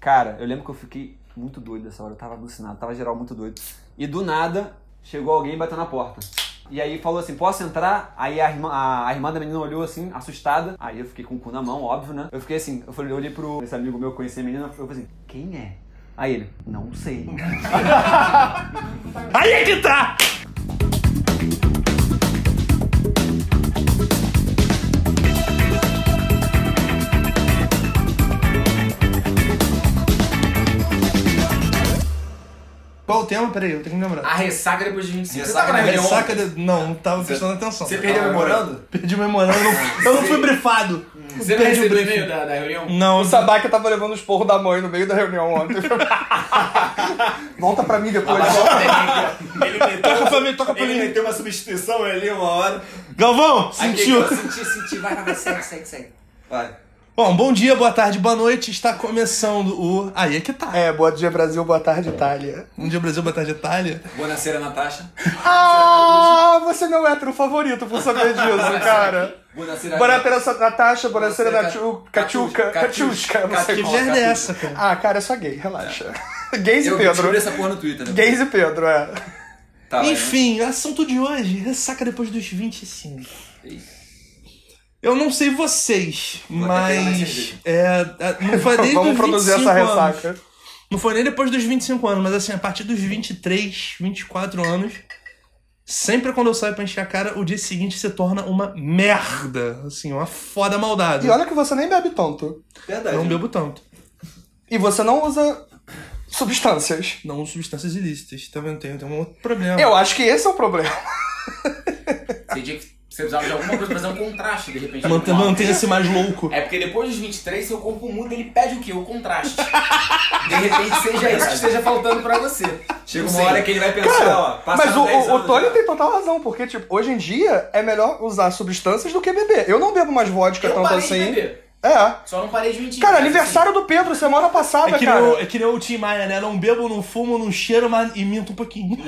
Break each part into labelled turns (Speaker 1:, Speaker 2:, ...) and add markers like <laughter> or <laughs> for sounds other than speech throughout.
Speaker 1: Cara, eu lembro que eu fiquei muito doido dessa hora. Eu tava alucinado, tava geral muito doido. E do nada, chegou alguém e bateu na porta. E aí falou assim, posso entrar? Aí a irmã, a, a irmã da menina olhou assim, assustada. Aí eu fiquei com o cu na mão, óbvio, né? Eu fiquei assim, eu falei, eu olhei pro esse amigo meu que conhecia a menina, eu falei assim, quem é? Aí ele, não
Speaker 2: <laughs>
Speaker 1: sei.
Speaker 3: Aí é que tá!
Speaker 4: Qual o tema? Peraí, eu tenho que lembrar.
Speaker 2: A ressaca depois de 25. Você
Speaker 3: Ressaca
Speaker 2: tava na
Speaker 3: depois de
Speaker 2: reunião?
Speaker 4: Ressaca de... Não, não tava prestando atenção.
Speaker 2: Você
Speaker 5: Ah,
Speaker 2: perdeu memorando?
Speaker 4: Perdi o memorando, eu não- eu não fui brifado.
Speaker 2: Você
Speaker 4: Perdi
Speaker 2: não
Speaker 4: o
Speaker 2: recebeu
Speaker 4: briefing.
Speaker 2: e-mail da, da
Speaker 5: <laughs>
Speaker 2: reunião?
Speaker 4: Não,
Speaker 5: O Sabaca tava levando os porros da mãe no meio da
Speaker 4: <laughs>
Speaker 5: reunião ontem. Volta pra mim depois.
Speaker 3: Ele meteu,
Speaker 4: Toca pra mim, toca pra
Speaker 3: ele
Speaker 4: mim.
Speaker 3: meteu uma substituição ali uma hora.
Speaker 4: Galvão, sentiu.
Speaker 1: <laughs>
Speaker 2: Aqui, aqui, eu senti, senti. Vai, vai, vai, segue, segue, segue.
Speaker 3: Vai.
Speaker 4: Bom, bom dia, boa tarde, boa noite. Está começando o Aí é que tá.
Speaker 5: É, bom dia Brasil, boa tarde Itália.
Speaker 4: Bom dia, Brasil, boa tarde, Itália.
Speaker 2: Boa nascera, Natasha.
Speaker 5: Ah, você não é hétero favorito por saber
Speaker 4: <laughs>
Speaker 5: disso, cara.
Speaker 2: Boa nascera,
Speaker 5: Boa noite, essa Natasha, boa noite,
Speaker 2: Boa noite,
Speaker 5: Natu-
Speaker 2: Catiusca.
Speaker 5: Catiuca, Catiusca, não sei
Speaker 4: Que
Speaker 2: Catiusca.
Speaker 5: qual.
Speaker 4: merda é essa, cara?
Speaker 5: Ah, cara, é só gay, relaxa. <laughs> Gays e
Speaker 2: É. Eu descobri
Speaker 5: Pedro.
Speaker 2: essa porra no Twitter, né?
Speaker 5: Gays e Pedro, é.
Speaker 2: Tá, vai, né?
Speaker 4: Enfim, assunto de hoje, ressaca depois dos 25. Eu não sei vocês,
Speaker 2: até pegar mais
Speaker 4: mas.
Speaker 2: cerveja.
Speaker 4: É, é,
Speaker 5: <laughs>
Speaker 4: não foi nem
Speaker 5: Vamos
Speaker 4: dos
Speaker 5: produzir
Speaker 4: 25
Speaker 5: essa
Speaker 4: anos.
Speaker 5: ressaca.
Speaker 4: Não foi nem depois dos 25 anos, mas assim, a partir dos 23, 24 anos, sempre quando eu saio pra encher a cara, o dia seguinte se torna uma merda. Assim, uma foda maldade.
Speaker 5: E olha que você nem bebe tanto.
Speaker 3: Verdade.
Speaker 2: né?
Speaker 4: Eu não bebo tanto.
Speaker 5: E você não usa substâncias.
Speaker 4: Não uso substâncias ilícitas. Tá vendo? Tem, tem um outro problema.
Speaker 5: Eu acho que esse é o problema.
Speaker 2: Tem dia que você precisava de alguma coisa pra fazer um contraste, de repente.
Speaker 5: é
Speaker 4: Mante-
Speaker 2: Uma-
Speaker 4: Mantenha-se mais louco.
Speaker 2: É porque depois dos 23, seu corpo muda, ele pede o quê? O contraste. De repente seja isso que esteja faltando pra você.
Speaker 3: Chega
Speaker 2: Não
Speaker 3: uma
Speaker 2: sei.
Speaker 3: hora que ele vai pensar, ó, passaram
Speaker 5: Mas o,
Speaker 3: 10
Speaker 5: o, o
Speaker 3: anos
Speaker 5: Tony
Speaker 2: né?
Speaker 3: já.
Speaker 5: tem total razão, porque, tipo, hoje em dia é melhor usar substâncias do que beber. Eu não bebo mais vodka
Speaker 2: Eu
Speaker 5: tanto
Speaker 2: parei
Speaker 5: assim.
Speaker 2: de beber.
Speaker 5: É.
Speaker 2: Só não parei de mentir.
Speaker 5: Cara,
Speaker 2: Mas,
Speaker 5: aniversário do Pedro, semana passada,
Speaker 4: É que, nem
Speaker 5: cara.
Speaker 4: o, é que nem o Tim Maia, né? Não bebo, não fumo, não cheiro, mas e minto um pouquinho.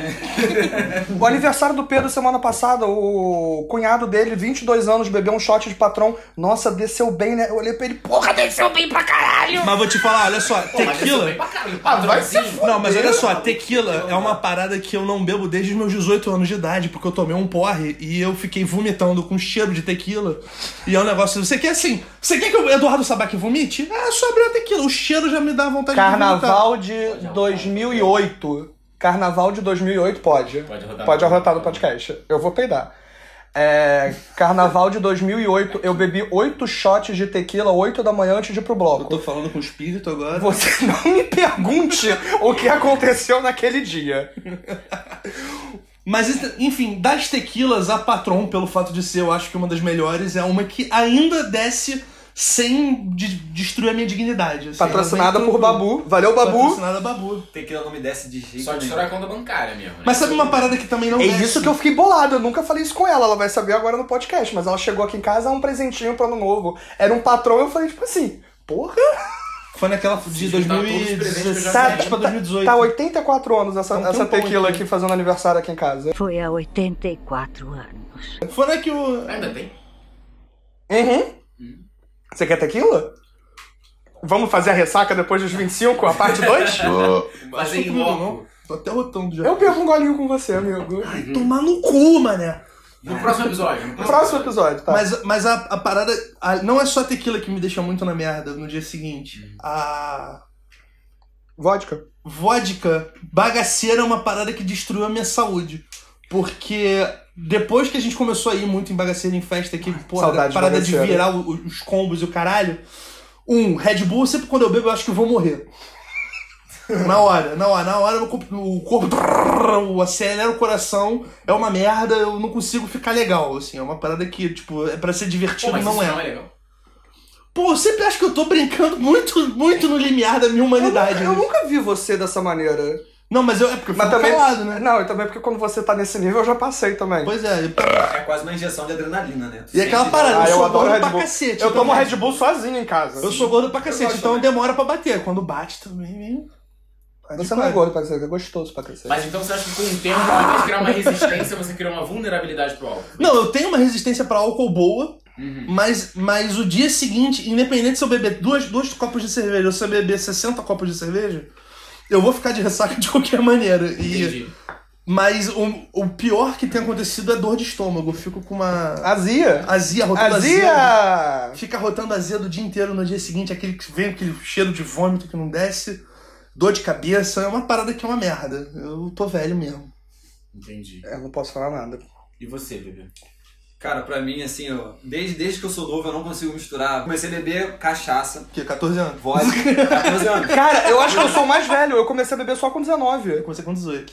Speaker 5: O aniversário do Pedro, semana passada, o cunhado dele, 22 anos, bebeu um shot de patrão. Nossa, desceu bem, né? Eu olhei pra ele, porra, desceu bem pra caralho.
Speaker 4: Mas vou te falar, olha só,
Speaker 2: Pô, mas eu sou
Speaker 4: tequila.
Speaker 2: bem Assim, pra caralho,
Speaker 5: Ah, vai se
Speaker 2: patrãozinho.
Speaker 4: Não, mas olha só,
Speaker 2: Deus,
Speaker 4: tequila
Speaker 2: maluco,
Speaker 4: é uma parada que eu não bebo desde os meus 18 anos de idade, porque eu tomei um porre e eu fiquei vomitando com cheiro de tequila. E é um negócio. Você quer assim? Você quer que o Eduardo Sabac vomite? É só abrir a tequila. O cheiro já me dá vontade
Speaker 5: Carnaval de 2008. Carnaval de 2008 pode.
Speaker 2: Pode arrotar.
Speaker 5: Pode arrotar no podcast. Eu vou peidar. É, carnaval de 2008, eu bebi oito shots de tequila 8 da manhã antes de ir pro bloco.
Speaker 4: tô falando com espírito agora.
Speaker 5: Você <laughs> não me pergunte o que aconteceu naquele dia.
Speaker 4: Mas, enfim, das tequilas, a Patron, pelo fato de ser, eu acho que uma das melhores, é uma que ainda desce sem de- destruir a minha dignidade. assim.
Speaker 5: Patrocinada
Speaker 4: Ela vem
Speaker 5: por
Speaker 4: tranquila.
Speaker 5: Babu. Valeu, Babu.
Speaker 4: Patrocinada Babu.
Speaker 2: um
Speaker 3: Tequila não me desce de jeito
Speaker 2: Só
Speaker 3: nenhum.
Speaker 2: destrói a conta bancária mesmo. né?
Speaker 4: Mas sabe uma parada que também não
Speaker 5: É
Speaker 4: desce?
Speaker 5: isso que eu fiquei bolado, eu nunca falei isso com ela, ela vai saber agora no podcast, mas ela chegou aqui em casa, um presentinho pro ano novo. Era um patrão, eu falei tipo assim, porra,
Speaker 4: Foi naquela de
Speaker 2: juntar todos os presentes que eu já ganhei.
Speaker 4: 2017 pra 2018.
Speaker 5: Tá 84 anos essa,
Speaker 4: Tá um
Speaker 5: essa
Speaker 4: tempão
Speaker 5: tequila
Speaker 4: aqui.
Speaker 5: aqui fazendo aniversário aqui em casa.
Speaker 6: Foi há 84 anos.
Speaker 4: Foi na que o.
Speaker 2: Ainda tem.
Speaker 5: Uhum. Você quer tequila? Vamos fazer a ressaca depois dos 25, a parte 2?
Speaker 2: Fazer em
Speaker 4: Não,
Speaker 2: loco.
Speaker 4: não. Tô até rotando já. Uhum.
Speaker 5: Eu pego um golinho com você, amigo.
Speaker 4: Vai tomar no cu, mané.
Speaker 2: No próximo episódio. No
Speaker 5: Próximo episódio, tá?
Speaker 4: Mas, mas a, a parada. a- não é só a tequila que me deixa muito na merda no dia seguinte.
Speaker 2: Uhum.
Speaker 4: A.
Speaker 5: Vodka.
Speaker 4: Vodka bagaceira é uma parada que destruiu a minha saúde. Porque depois que a gente começou a ir muito em bagaceira em festa aqui, porra, a
Speaker 5: saudade de
Speaker 4: parada de
Speaker 5: bagaceira.
Speaker 4: virar o- o- os combos e o caralho. Um, Red Bull, sempre quando eu bebo, eu acho que eu vou morrer. <laughs> Na hora, na hora, na hora o corpo, o corpo trrr, acelera o coração, é uma merda, eu não consigo ficar legal, assim, é uma parada que, tipo, é pra ser
Speaker 2: Pô,
Speaker 4: divertido,
Speaker 2: mas
Speaker 4: não
Speaker 2: isso
Speaker 4: é.
Speaker 2: não é legal.
Speaker 4: Pô, eu sempre acho que eu tô brincando muito, muito no limiar da minha
Speaker 5: Eu,
Speaker 4: humanidade.
Speaker 5: nu- eu nunca vi você dessa maneira.
Speaker 4: Não, mas eu, é porque eu
Speaker 5: Mas
Speaker 4: fico
Speaker 5: também.
Speaker 4: calado, né?
Speaker 5: Não, e também porque quando você tá nesse nível eu já passei também.
Speaker 4: Pois é. e-
Speaker 3: É quase uma injeção de adrenalina, né?
Speaker 4: E aquela
Speaker 3: Sempre
Speaker 4: parada,
Speaker 3: dá.
Speaker 5: Ah,
Speaker 4: eu
Speaker 5: eu
Speaker 4: sou
Speaker 5: adoro
Speaker 4: gordo
Speaker 5: Red
Speaker 4: pra
Speaker 5: Bull.
Speaker 4: cacete.
Speaker 5: Eu tomo
Speaker 4: mas-
Speaker 5: Red Bull sozinho em casa.
Speaker 4: é tipo Eu sou gordo pra cacete,
Speaker 3: gosto
Speaker 4: então
Speaker 3: também.
Speaker 4: demora pra bater. Quando bate também, meio.
Speaker 5: Você não é gordo pra cacete, é gostoso pra cacete.
Speaker 2: Mas então você acha que com o tempo, ao invés de criar uma resistência, você criou uma vulnerabilidade pro álcool?
Speaker 4: Não, eu tenho uma resistência pra álcool boa,
Speaker 5: Uhum.
Speaker 4: Mas, mas o dia seguinte, independente se eu beber duas, dois copos de cerveja ou se eu beber 60 copos de cerveja, eu vou ficar de ressaca <laughs> de qualquer maneira. E-
Speaker 2: Entendi.
Speaker 4: mas o, o pior que tem acontecido é dor de estômago. Eu fico com uma
Speaker 5: Azia!
Speaker 4: azia, rotando azia.
Speaker 5: Azia!
Speaker 4: Fica rotando azia do dia inteiro no dia seguinte, aquele que vem aquele cheiro de vômito que não desce, dor de cabeça, é uma parada que é uma merda. Eu tô velho mesmo.
Speaker 2: Entendi.
Speaker 5: Eu não posso falar nada.
Speaker 2: E você, bebê?
Speaker 3: Cara, pra mim, assim, eu, desde, desde que eu sou novo, eu não consigo misturar. Comecei a beber cachaça,
Speaker 4: O quê? 14 anos?
Speaker 3: vodka, 14 anos.
Speaker 5: Cara, eu acho que eu sou o mais velho. Eu comecei a beber só com 19.
Speaker 4: Eu comecei com 18.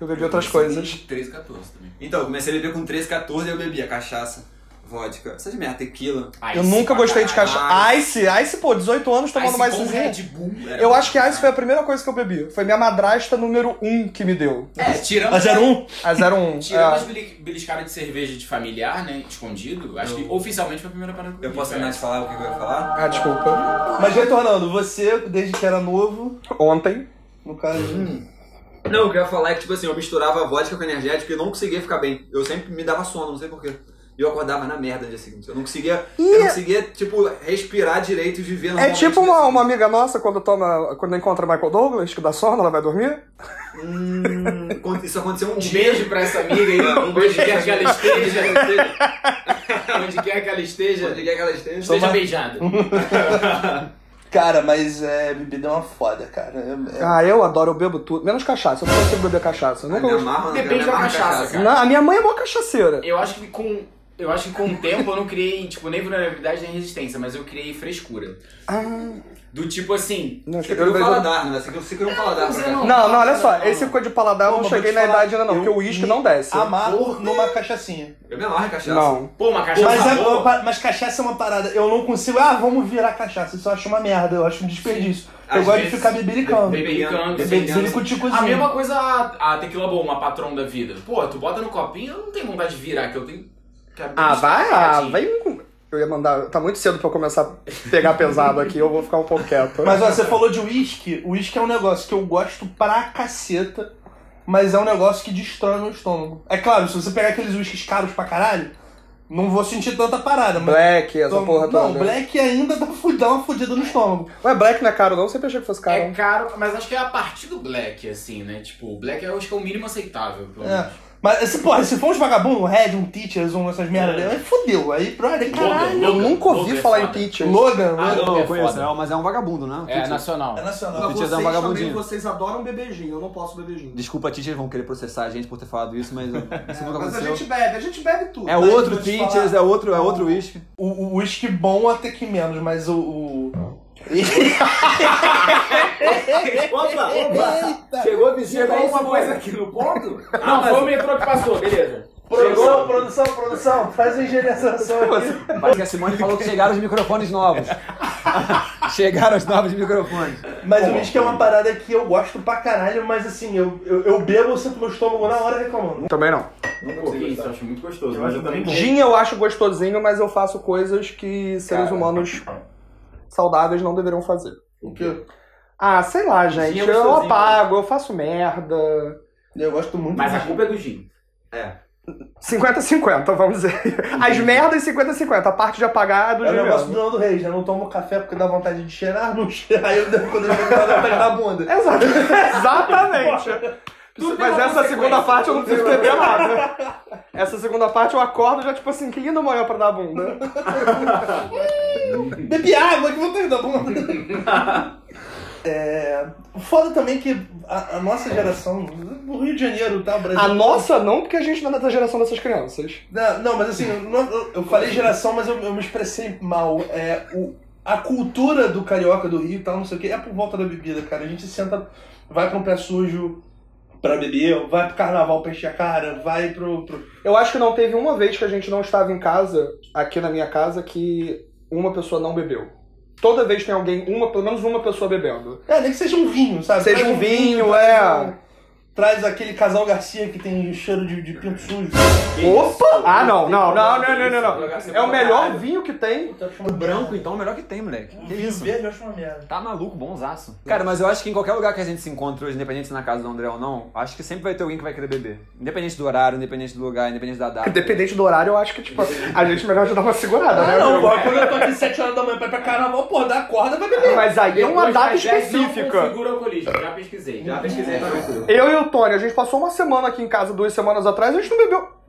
Speaker 5: Eu bebi outras coisas.
Speaker 2: 13, 14 também.
Speaker 3: Então, eu comecei a beber com 13, 14, eu bebia cachaça, vodka, essas merda, tequila.
Speaker 2: Ah,
Speaker 5: Eu nunca gostei de cachaça. Ice, Ice, pô, 18 anos tomando mais
Speaker 2: um
Speaker 5: Icezinha.
Speaker 2: Red Bull.
Speaker 3: Era
Speaker 5: Eu
Speaker 3: bom
Speaker 5: acho que
Speaker 3: pra
Speaker 5: Ice foi a primeira coisa que eu bebi. Foi minha madrasta número 1 que me deu.
Speaker 2: É, tirando,
Speaker 4: Mas era um?
Speaker 5: A <laughs> 01.
Speaker 2: tirando as
Speaker 5: É.
Speaker 2: bili- beliscadas de cerveja de familiar, né? Escondido, acho que oficialmente foi a primeira parada que
Speaker 3: Eu
Speaker 2: vi,
Speaker 3: posso
Speaker 2: foi
Speaker 3: terminar de
Speaker 2: essa.
Speaker 3: falar o que que eu ia falar?
Speaker 5: Ah, desculpa.
Speaker 4: Mas retornando, você, desde que era novo,
Speaker 5: Ontem.
Speaker 4: no caso.
Speaker 5: Uhum.
Speaker 3: Não, o que eu ia falar é que, tipo assim, eu misturava vodka com energético e não conseguia ficar bem. Eu sempre me dava sono, não sei porquê. E eu acordava na merda no dia seguinte. Eu não conseguia, eu não conseguia tipo, respirar direito e viver
Speaker 5: É
Speaker 3: normalmente
Speaker 5: tipo
Speaker 3: no dia
Speaker 5: uma,
Speaker 3: seguinte.
Speaker 5: uma amiga nossa quando toma. Quando encontra Michael Douglas, que dá sono, ela vai dormir.
Speaker 3: Hum, quando- isso aconteceu um
Speaker 2: Um
Speaker 3: dia.
Speaker 2: beijo pra essa amiga aí, onde quer que ela esteja. onde quer que ela esteja,
Speaker 3: Onde quer que ela esteja.
Speaker 2: esteja beijada.
Speaker 4: Cara, mas é, bebida é uma foda, cara. É- é-
Speaker 5: Ah, eu adoro, eu bebo tudo. Menos cachaça, eu não consigo beber cachaça. Eu
Speaker 3: Eu
Speaker 5: nunca
Speaker 3: me
Speaker 5: gosto.
Speaker 3: amarro, eu me
Speaker 2: Depende da
Speaker 3: amarro em
Speaker 2: cachaça, cara.
Speaker 5: Não, a minha mãe é boa cachaceira.
Speaker 2: Eu acho que com. Eu acho que com o tempo eu não criei, tipo, nem vulnerabilidade nem resistência, mas eu criei frescura. Do tipo assim.
Speaker 5: Não, acho que
Speaker 3: Você
Speaker 5: eu
Speaker 3: criou um
Speaker 5: lembrei de-
Speaker 3: paladar, né? Você criou- Você criou um paladar pra cá.
Speaker 5: Não, não, olha só,
Speaker 2: Não,
Speaker 5: esse
Speaker 2: não.
Speaker 5: ficou de paladar eu
Speaker 4: Pô,
Speaker 5: não
Speaker 4: mas vou
Speaker 5: cheguei
Speaker 4: te
Speaker 5: na
Speaker 4: falar,
Speaker 5: idade ainda não,
Speaker 4: eu
Speaker 5: porque o uísque
Speaker 4: me
Speaker 5: não desce.
Speaker 4: Amarro numa cachaçacinha.
Speaker 3: Eu me amarro em cachaça.
Speaker 5: Não.
Speaker 2: Pô, uma cachaça
Speaker 4: Mas, é-
Speaker 2: boa.
Speaker 4: mas cachaça é uma parada. Eu não consigo. Ah, vamos virar cachaça. Isso eu acho uma merda. Eu acho um desperdício. eu
Speaker 3: Às
Speaker 4: gosto de
Speaker 3: vezes,
Speaker 4: ficar bebericando.
Speaker 2: be- bebericando,
Speaker 4: Bebericando e
Speaker 3: bebericando.
Speaker 4: cuticozinho.
Speaker 2: A mesma coisa a, a tequila boa, uma patrão da vida. Pô, tu bota no copinho, eu não tenho vontade de virar, que eu tenho. que um a-
Speaker 5: Ah, vai, ah,
Speaker 2: Tadinho.
Speaker 5: vai. Eu ia mandar. Tá muito cedo pra eu começar a pegar pesado aqui, eu vou ficar um pouco quieto.
Speaker 4: Mas ó, você falou de uísque. Uísque é um negócio que eu gosto pra caceta. Mas é um negócio que destrói meu estômago. É claro, se você pegar aqueles uísques caros pra caralho, não vou sentir tanta parada. Mas
Speaker 5: Black, essa
Speaker 4: Tom-
Speaker 5: porra
Speaker 4: não,
Speaker 5: toda. né?
Speaker 4: Black ainda dá, um fu- dá uma fudida no estômago.
Speaker 5: Ué, Black não é caro, não? Eu sempre achei que fosse caro.
Speaker 2: É caro, mas acho que é a partir do black, assim, né? Tipo, o black eu acho que é o mínimo aceitável, pelo
Speaker 4: É.
Speaker 2: menos.
Speaker 4: Mas, se, porra, se for uns vagabundos, um Red, um Teachers, um essas merdas, aí fudeu. Aí, brother, caralho.
Speaker 5: Eu
Speaker 2: Logan,
Speaker 5: nunca ouvi
Speaker 2: Logan é
Speaker 5: falar em
Speaker 2: foda.
Speaker 5: Teachers.
Speaker 4: Logan,
Speaker 2: Ah,
Speaker 4: Logan.
Speaker 2: não, é
Speaker 1: eu conheço,
Speaker 2: foda.
Speaker 1: é, mas é um vagabundo, né?
Speaker 2: É, nacional.
Speaker 1: O
Speaker 4: nacional.
Speaker 1: Teachers é um vagabundinho.
Speaker 7: Vocês adoram beber gin, eu não posso beber gin.
Speaker 1: Desculpa, Teachers vão querer processar a gente por ter falado isso, mas isso nunca
Speaker 7: Mas a
Speaker 1: aconteceu.
Speaker 7: gente bebe, a gente bebe tudo.
Speaker 1: É
Speaker 7: Mas
Speaker 1: outro
Speaker 7: vou te
Speaker 1: Teachers,
Speaker 7: falar,
Speaker 1: é outro, é outro uísque.
Speaker 4: O- O uísque bom até que menos, mas o. o...
Speaker 7: Opa, opa!
Speaker 2: Chegou a vizinha
Speaker 7: Chegou
Speaker 2: alguma
Speaker 7: alguma coisa
Speaker 2: coisa aqui no ponto? <laughs> Não, foi o metrô que passou, beleza.
Speaker 4: Produção, produção, produção, faz a higienização aqui.
Speaker 1: Parece que a Simone falou que chegaram os microfones novos. <laughs> chegaram os novos microfones.
Speaker 4: Mas o uísque é uma parada que eu gosto pra caralho, mas assim, eu, eu, eu bebo, eu sinto meu estômago na hora reclamando.
Speaker 5: Também não.
Speaker 2: Pô, que isso, eu acho muito gostoso. mas eu também
Speaker 5: Gin eu acho gostosinho, mas eu faço coisas que seres
Speaker 2: Cara.
Speaker 5: humanos saudáveis não deveriam fazer.
Speaker 4: O quê?
Speaker 5: Ah, sei lá, gente.
Speaker 3: é
Speaker 5: Eu
Speaker 3: gostosinho.
Speaker 5: apago, eu faço merda.
Speaker 4: Eu gosto muito
Speaker 2: Mas
Speaker 4: de
Speaker 2: a
Speaker 4: uísque.
Speaker 2: culpa é do gin.
Speaker 5: 50-50, vamos dizer. As merdas 50-50. A parte de apagar é do
Speaker 4: É o negócio do
Speaker 5: Juliano.
Speaker 4: Nando Reis, né? Não tomo café porque dá vontade de cheirar, <laughs> não cheira. Aí eu, quando eu chego, dá vontade da bunda.
Speaker 5: Exato. Exatamente.
Speaker 2: Tudo
Speaker 5: Mas
Speaker 2: tem uma
Speaker 5: essa
Speaker 2: consequência.
Speaker 5: segunda parte eu não preciso beber nada. Essa segunda parte eu acordo já, tipo assim, que lindo manhã pra dar a bunda.
Speaker 4: Bebi água, que vontade da bunda. <laughs> é. Foda também que a, a nossa geração, o Rio de Janeiro, tá? O Brasil.
Speaker 5: A nossa não, porque a gente não é da geração dessas crianças.
Speaker 4: Não, não, mas assim, eu, não- eu- eu falei geração, mas eu, eu me expressei mal. É, o, a cultura do carioca do Rio e tal, não sei o que, é por volta da bebida, cara. A gente senta, vai pra um pé sujo pra beber, vai pro carnaval pra encher a cara, vai pro. pro...
Speaker 5: Eu acho que não teve uma vez que a gente não estava em casa, aqui na minha casa, que uma pessoa não bebeu. Toda vez tem alguém, uma, pelo menos uma pessoa bebendo.
Speaker 4: É, nem que seja um vinho, sabe?
Speaker 5: Seja
Speaker 4: Traz
Speaker 5: um vinho,
Speaker 4: traz
Speaker 5: é.
Speaker 4: um- traz aquele casal Garcia que tem cheiro de, de pinto sujo.
Speaker 5: Opa! Ah, não, não, não, não, não, não,
Speaker 3: Lugar
Speaker 5: não.
Speaker 3: sem
Speaker 5: É o melhor
Speaker 3: caralho.
Speaker 5: vinho que tem.
Speaker 3: um
Speaker 1: O branco, então, é o melhor que tem, moleque. Que isso?
Speaker 4: Verde eu acho uma merda.
Speaker 1: Tá maluco, bonzaço. Cara, mas eu acho que em qualquer lugar que a gente se encontra hoje, independente se é na casa do André ou não, acho que sempre vai ter alguém que vai querer beber. Independente do horário, independente do lugar, independente da data.
Speaker 5: Independente do horário, eu acho que, tipo, a gente melhor já dá uma segurada, né?
Speaker 4: Ah, não,
Speaker 5: meu?
Speaker 4: porra, quando eu tô aqui 7 horas da manhã pra ir pra carnaval, porra, dá corda pra beber.
Speaker 5: Mas aí é uma
Speaker 2: Depois
Speaker 5: data
Speaker 2: das dez Não
Speaker 5: específica.
Speaker 2: configura alcoolismo, já pesquisei. Já pesquisei.
Speaker 5: Eu e o Tony, a gente passou uma semana aqui em casa, duas semanas atrás, a gente não bebeu.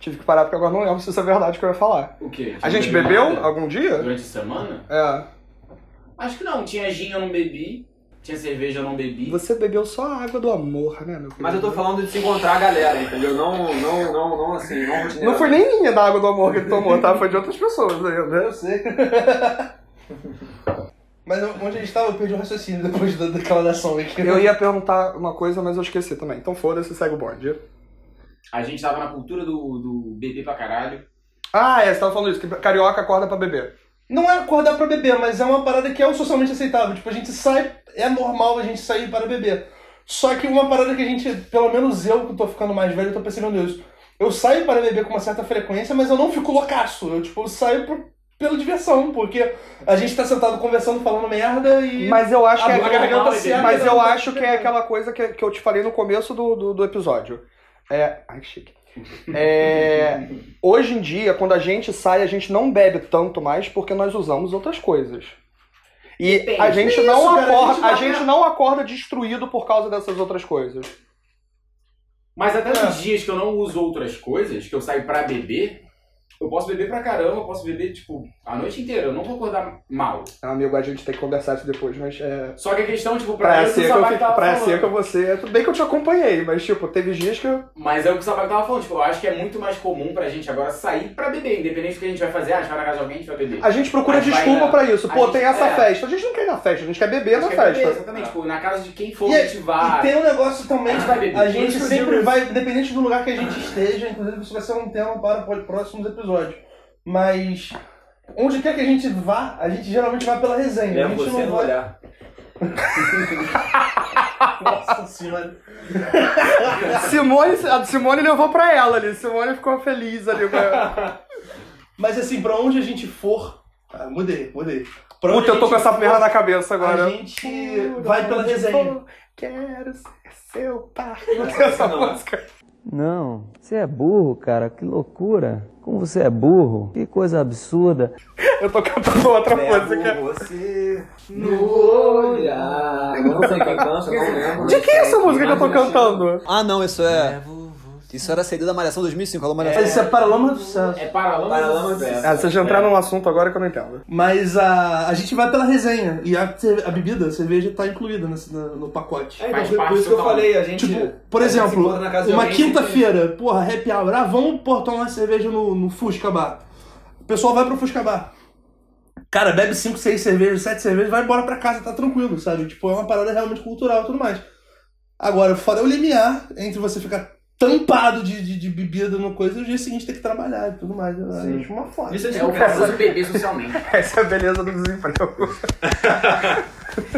Speaker 5: Tive que parar porque agora não lembro se isso é verdade que eu ia falar.
Speaker 2: O quê?
Speaker 5: A
Speaker 2: Não
Speaker 5: gente
Speaker 2: bebi
Speaker 5: bebeu
Speaker 2: nada?
Speaker 5: algum dia?
Speaker 2: Durante a semana?
Speaker 5: É.
Speaker 2: Acho que não. Tinha gin, eu não bebi. Tinha cerveja, eu não bebi.
Speaker 5: Você bebeu só a água do amor, né, meu querido?
Speaker 3: Mas eu tô falando de se encontrar a galera, entendeu? Não, não, não, não assim, não
Speaker 5: Não
Speaker 3: rotineiramente.
Speaker 5: foi nem minha da água do amor que ele tomou, tá? Foi de outras pessoas né? ainda.
Speaker 4: Eu sei. Mas eu- onde a gente tava, eu perdi o raciocínio depois da declaração.
Speaker 5: Eu ia perguntar uma coisa, mas eu esqueci também. Então foda-se, segue o bonde.
Speaker 2: A gente tava na cultura do, do beber pra caralho.
Speaker 5: Ah, é, você tava falando isso, que carioca acorda pra beber.
Speaker 4: Não é acordar pra beber, mas é uma parada que é o socialmente aceitável. Tipo, a gente sai, é normal a gente sair para beber. Só que uma parada que a gente, pelo menos eu que tô ficando mais velho, eu tô percebendo isso. Eu saio para beber com uma certa frequência, mas eu não fico loucaço. Eu, tipo, saio por- pela diversão, porque a gente tá sentado conversando, falando merda e.
Speaker 5: Mas eu acho que
Speaker 4: a
Speaker 5: é,
Speaker 4: garganta
Speaker 2: mas
Speaker 4: seca,
Speaker 5: mas
Speaker 4: não
Speaker 5: eu
Speaker 4: tá
Speaker 5: acho que é aquela coisa que, que eu te falei no começo do, do, do episódio. É. Ai, que chique. É, hoje em dia, quando a gente sai, a gente não bebe tanto mais porque nós usamos outras coisas. E a gente, não
Speaker 4: Isso, cara, a
Speaker 5: acorda,
Speaker 4: gente
Speaker 5: a
Speaker 4: vai-
Speaker 5: gente não acorda destruído por causa dessas outras coisas.
Speaker 2: Mas até nos dias que eu não uso outras coisas, que eu saio pra beber, eu posso beber pra caramba, eu posso beber, tipo, a noite inteira. Eu não vou acordar mal.
Speaker 5: Ah, Amigo, a gente tem que conversar isso depois, mas é,
Speaker 2: Só que a questão, tipo, pra
Speaker 5: Praia
Speaker 2: mim, é o que o
Speaker 5: seca, eu
Speaker 2: Sabac
Speaker 5: fiquei,
Speaker 2: tava
Speaker 5: praia
Speaker 2: falando.
Speaker 5: seca você. Tudo bem que eu te acompanhei, mas tipo, teve dias que eu.
Speaker 2: Mas é o que o Sabac tava falando, tipo, eu acho que é muito mais comum pra gente agora sair pra beber, independente do que a gente vai fazer. Ah, a gente vai na casa de alguém, a gente vai beber.
Speaker 5: A gente procura
Speaker 2: Mas vai
Speaker 5: desculpa
Speaker 2: na-
Speaker 5: pra isso.
Speaker 2: a
Speaker 5: Pô,
Speaker 2: gente-
Speaker 5: tem essa
Speaker 2: é.
Speaker 5: festa. A gente não quer ir na festa, a gente quer beber
Speaker 2: A gente
Speaker 5: na
Speaker 2: quer beber,
Speaker 5: festa.
Speaker 2: Exatamente, tipo, na casa de quem for
Speaker 4: E-
Speaker 2: motivar.
Speaker 5: Ah.
Speaker 4: E tem um negócio também,
Speaker 2: A gente vai beber.
Speaker 4: a gente
Speaker 2: Isso eu
Speaker 4: sempre
Speaker 2: digo.
Speaker 4: vai, independente do lugar que a gente esteja, inclusive isso vai ser um tema para po- próximos episódios. Mas onde quer que a gente vá, a gente geralmente vai pela resenha. a
Speaker 3: Leva
Speaker 4: gente
Speaker 3: você
Speaker 4: não
Speaker 3: no
Speaker 4: vai.
Speaker 3: olhar.
Speaker 4: <laughs> Nossa senhora.
Speaker 5: <laughs> Simone, a Simone levou pra ela ali. Simone ficou feliz ali. com
Speaker 7: <laughs>
Speaker 5: ela.
Speaker 4: Mas assim, pra onde a gente for. Ah, mudei, mudei. Pra onde
Speaker 5: Puta, eu
Speaker 4: a
Speaker 5: tô
Speaker 4: gente
Speaker 5: com essa
Speaker 4: for,
Speaker 5: merda na cabeça agora.
Speaker 4: A gente vai pela resenha.
Speaker 5: Quero ser seu par. Não tem essa música.
Speaker 8: Não, você é burro, cara, que loucura. Como você é burro, que coisa absurda.
Speaker 5: Eu tô cantando outra música.
Speaker 3: Levo você no olhar. Tipo, Eu não sei quem canta, não lembro.
Speaker 5: De que é essa música que eu tô
Speaker 3: Mas eu
Speaker 5: cantando?
Speaker 1: Ah, não, isso é. Isso era a saída da Malhação 2005, alô Malhação.
Speaker 4: Isso é Paralama do Sucesso.
Speaker 2: É Paralama.
Speaker 3: Paralama
Speaker 2: do Sucesso.
Speaker 5: Ah,
Speaker 1: é.
Speaker 5: vocês já entraram num assunto agora que eu não entendo.
Speaker 4: Mas a, a gente vai pela resenha. E a, ce- a bebida, a cerveja, tá incluída nesse- na- no
Speaker 5: Tipo,
Speaker 4: pacote.
Speaker 3: É,
Speaker 2: Faz
Speaker 3: então, por
Speaker 2: parte
Speaker 3: isso que eu
Speaker 2: total.
Speaker 3: falei, a gente.
Speaker 4: Tipo, por
Speaker 3: a gente se
Speaker 4: exemplo,
Speaker 3: encontra na casa de
Speaker 4: uma
Speaker 3: alguém, a gente-
Speaker 4: quinta-feira, porra, happy hour, ah, vamos pô, tomar uma cerveja no, no Fusca Bar. O pessoal vai pro Fusca Bar. Cara, bebe 5, 6 cervejas, 7 cervejas, vai embora pra casa, tá tranquilo, sabe? Tipo, é uma parada realmente cultural e tudo mais. Agora, fora o limiar entre você ficar tampado de, de, de bebida no coisa e o dia seguinte ter que trabalhar e tudo mais. né? Sim. Acho uma foda.
Speaker 3: Isso é
Speaker 2: É o famoso beber socialmente.
Speaker 5: <laughs> Essa é a beleza do desemprego.
Speaker 2: <laughs>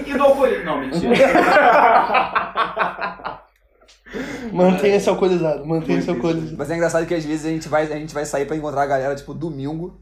Speaker 2: E do alcoolismo. Não, mentira.
Speaker 1: <laughs>
Speaker 3: né?
Speaker 4: Mantenha-se alcoolizado, mantenha-se alcoolizado.
Speaker 1: Mas é engraçado que às vezes a gente vai, a gente vai sair pra encontrar a galera, tipo, domingo,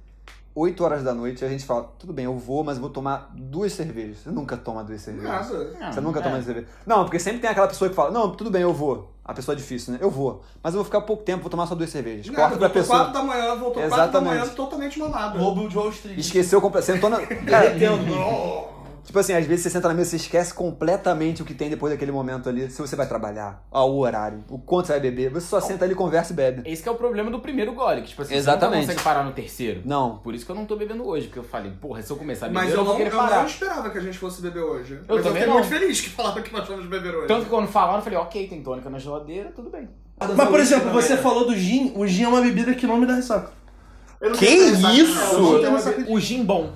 Speaker 1: 8 horas da noite, e a gente fala, tudo bem, eu vou, mas eu vou tomar duas cervejas. Você nunca toma duas cervejas. Você nunca
Speaker 3: é.
Speaker 1: toma duas cervejas. Não, porque sempre tem aquela pessoa que fala, não, tudo bem, eu vou. A pessoa é difícil, né? Eu vou. Mas eu vou ficar pouco tempo, vou tomar só duas cervejas. Corta pra
Speaker 7: voltou
Speaker 1: pessoa.
Speaker 7: 4 da manhã, voltou 4 da
Speaker 1: Exatamente.
Speaker 7: manhã totalmente mamado.
Speaker 4: Roubo de Wall Street.
Speaker 1: Esqueceu completamente. Sentou
Speaker 3: <laughs>
Speaker 1: na.
Speaker 5: <laughs>
Speaker 7: Oh.
Speaker 1: tipo assim, às vezes você senta na mesa e você esquece completamente o que tem depois daquele momento ali. Se você vai trabalhar, ó, o horário, o quanto você vai beber. Você só senta ali, conversa e bebe.
Speaker 2: Esse que é o problema do primeiro gole, que tipo assim,
Speaker 1: Exatamente.
Speaker 2: você não consegue parar no terceiro.
Speaker 1: Não.
Speaker 2: Por isso que eu não tô bebendo hoje, porque eu falei, porra, se eu começar a beber,
Speaker 7: Mas
Speaker 2: eu,
Speaker 7: eu
Speaker 2: vou
Speaker 7: não,
Speaker 2: querer
Speaker 7: eu não
Speaker 2: parar.
Speaker 7: esperava que a gente fosse beber hoje. Eu
Speaker 2: também
Speaker 7: fiquei
Speaker 2: não.
Speaker 7: muito feliz que falaram que nós fomos beber hoje.
Speaker 2: Tanto que quando falaram, eu falei, ok, tem tônica na geladeira, tudo bem.
Speaker 3: é
Speaker 4: Mas, por exemplo, você falou do gin, o gin é uma bebida que não me dá ressaca.
Speaker 7: Eu não
Speaker 5: Que
Speaker 7: tenho essa-
Speaker 5: isso?
Speaker 4: um
Speaker 7: Eu não tenho essa-
Speaker 2: O gin bom.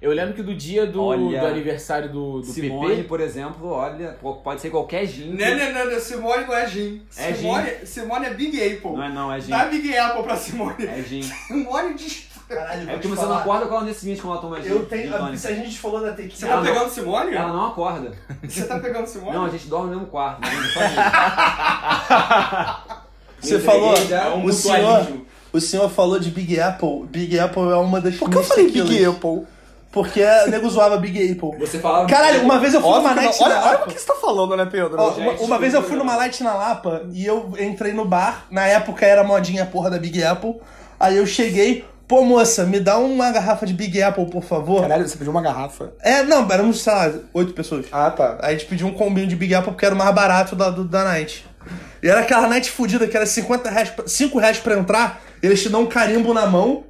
Speaker 2: Eu lembro que do dia do,
Speaker 1: Olha.
Speaker 2: do aniversário do, do
Speaker 1: Simone,
Speaker 2: PP...
Speaker 1: por exemplo, olha, pô, pode ser qualquer gin.
Speaker 7: Né, né, né, né, Simone não é gin.
Speaker 1: É
Speaker 7: Simone, Simone é Big Apple.
Speaker 4: Tá?
Speaker 1: Não é não, é gin.
Speaker 7: Dá Big Apple pra Simone.
Speaker 1: É gin.
Speaker 7: Simone destrói
Speaker 9: Caralho,
Speaker 1: É
Speaker 9: vou
Speaker 1: porque
Speaker 9: te
Speaker 1: você não
Speaker 9: falar.
Speaker 1: acorda com ela nesse seguinte quando ela toma gin-
Speaker 9: Eu tenho.
Speaker 1: gin tônica.
Speaker 9: Se a gente falou da tequila.
Speaker 7: Você tá
Speaker 1: Ela não-
Speaker 7: pegando Simone?
Speaker 1: Ela não acorda.
Speaker 7: Você tá pegando Simone?
Speaker 1: Não, a gente dorme no mesmo quarto. né? Só isso.
Speaker 4: Você
Speaker 9: <laughs>
Speaker 3: Entreguei
Speaker 9: é um
Speaker 4: falou,
Speaker 3: já
Speaker 4: o senhor, o senhor falou de Big Apple. Big Apple é uma das
Speaker 5: Por que eu falei
Speaker 4: tequilas.
Speaker 5: Big Apple?
Speaker 4: Porque o nego zoava Big Apple.
Speaker 3: Você falava.
Speaker 4: Caralho,
Speaker 1: é
Speaker 4: uma vez eu fui numa
Speaker 5: Óbvio que não.
Speaker 4: night na
Speaker 5: Olha, olha
Speaker 4: Lapa.
Speaker 5: o que você tá falando, né, Pedro?
Speaker 4: Ó, uma, uma vez eu fui numa light na Lapa e eu entrei no bar. Na época era modinha a porra da Big Apple. Aí eu cheguei, pô moça, me dá uma garrafa de Big Apple, por favor.
Speaker 5: Caralho, você pediu uma garrafa.
Speaker 4: É, não, éramos, sei lá, oito pessoas.
Speaker 5: Ah, tá.
Speaker 4: Aí a gente pediu um combinho de Big Apple porque era o mais barato da, do- da night. E era aquela night fudida que era 50 reais, pra- 5 reais pra entrar, eles te dão um carimbo na mão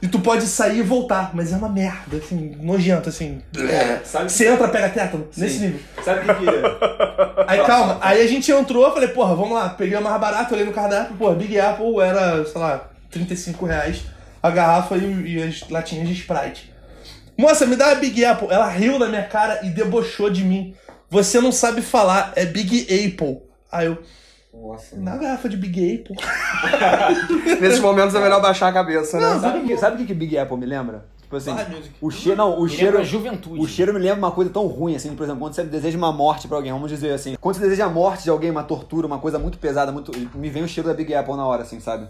Speaker 4: e tu pode sair e voltar. Mas é uma merda, assim, nojento, assim.
Speaker 1: É,
Speaker 3: Sabe,
Speaker 4: Você entra, pega tétano, nesse
Speaker 3: Sim.
Speaker 4: nível.
Speaker 3: sabe o que que.
Speaker 1: é?
Speaker 4: Aí calma, aí a gente entrou, falei, porra, vamos lá, peguei o mais barato, olhei no cardápio, porra, Big Apple era, sei lá, 35 reais a garrafa e, e as latinhas de Sprite. Moça, me dá a Big Apple. Ela riu da minha cara e debochou de mim. Você não sabe falar, é Big Apple. Aí eu,
Speaker 1: Nossa.
Speaker 4: na garrafa de Big Apple.
Speaker 5: Nesses momentos é melhor baixar a cabeça, né?
Speaker 1: Sabe o que, sabe o que que Big Apple me lembra? Tipo assim,
Speaker 4: Ah, music.
Speaker 1: o cheiro. Não, o
Speaker 2: é
Speaker 10: Me lembra
Speaker 1: cheiro.
Speaker 10: a juventude.
Speaker 2: né?
Speaker 1: O cheiro me lembra uma coisa tão ruim, assim, por exemplo, quando você deseja uma morte pra alguém, vamos dizer assim. Quando você deseja a morte de alguém, uma tortura, uma coisa muito pesada, muito. Me vem o cheiro da Big Apple na hora, assim, sabe?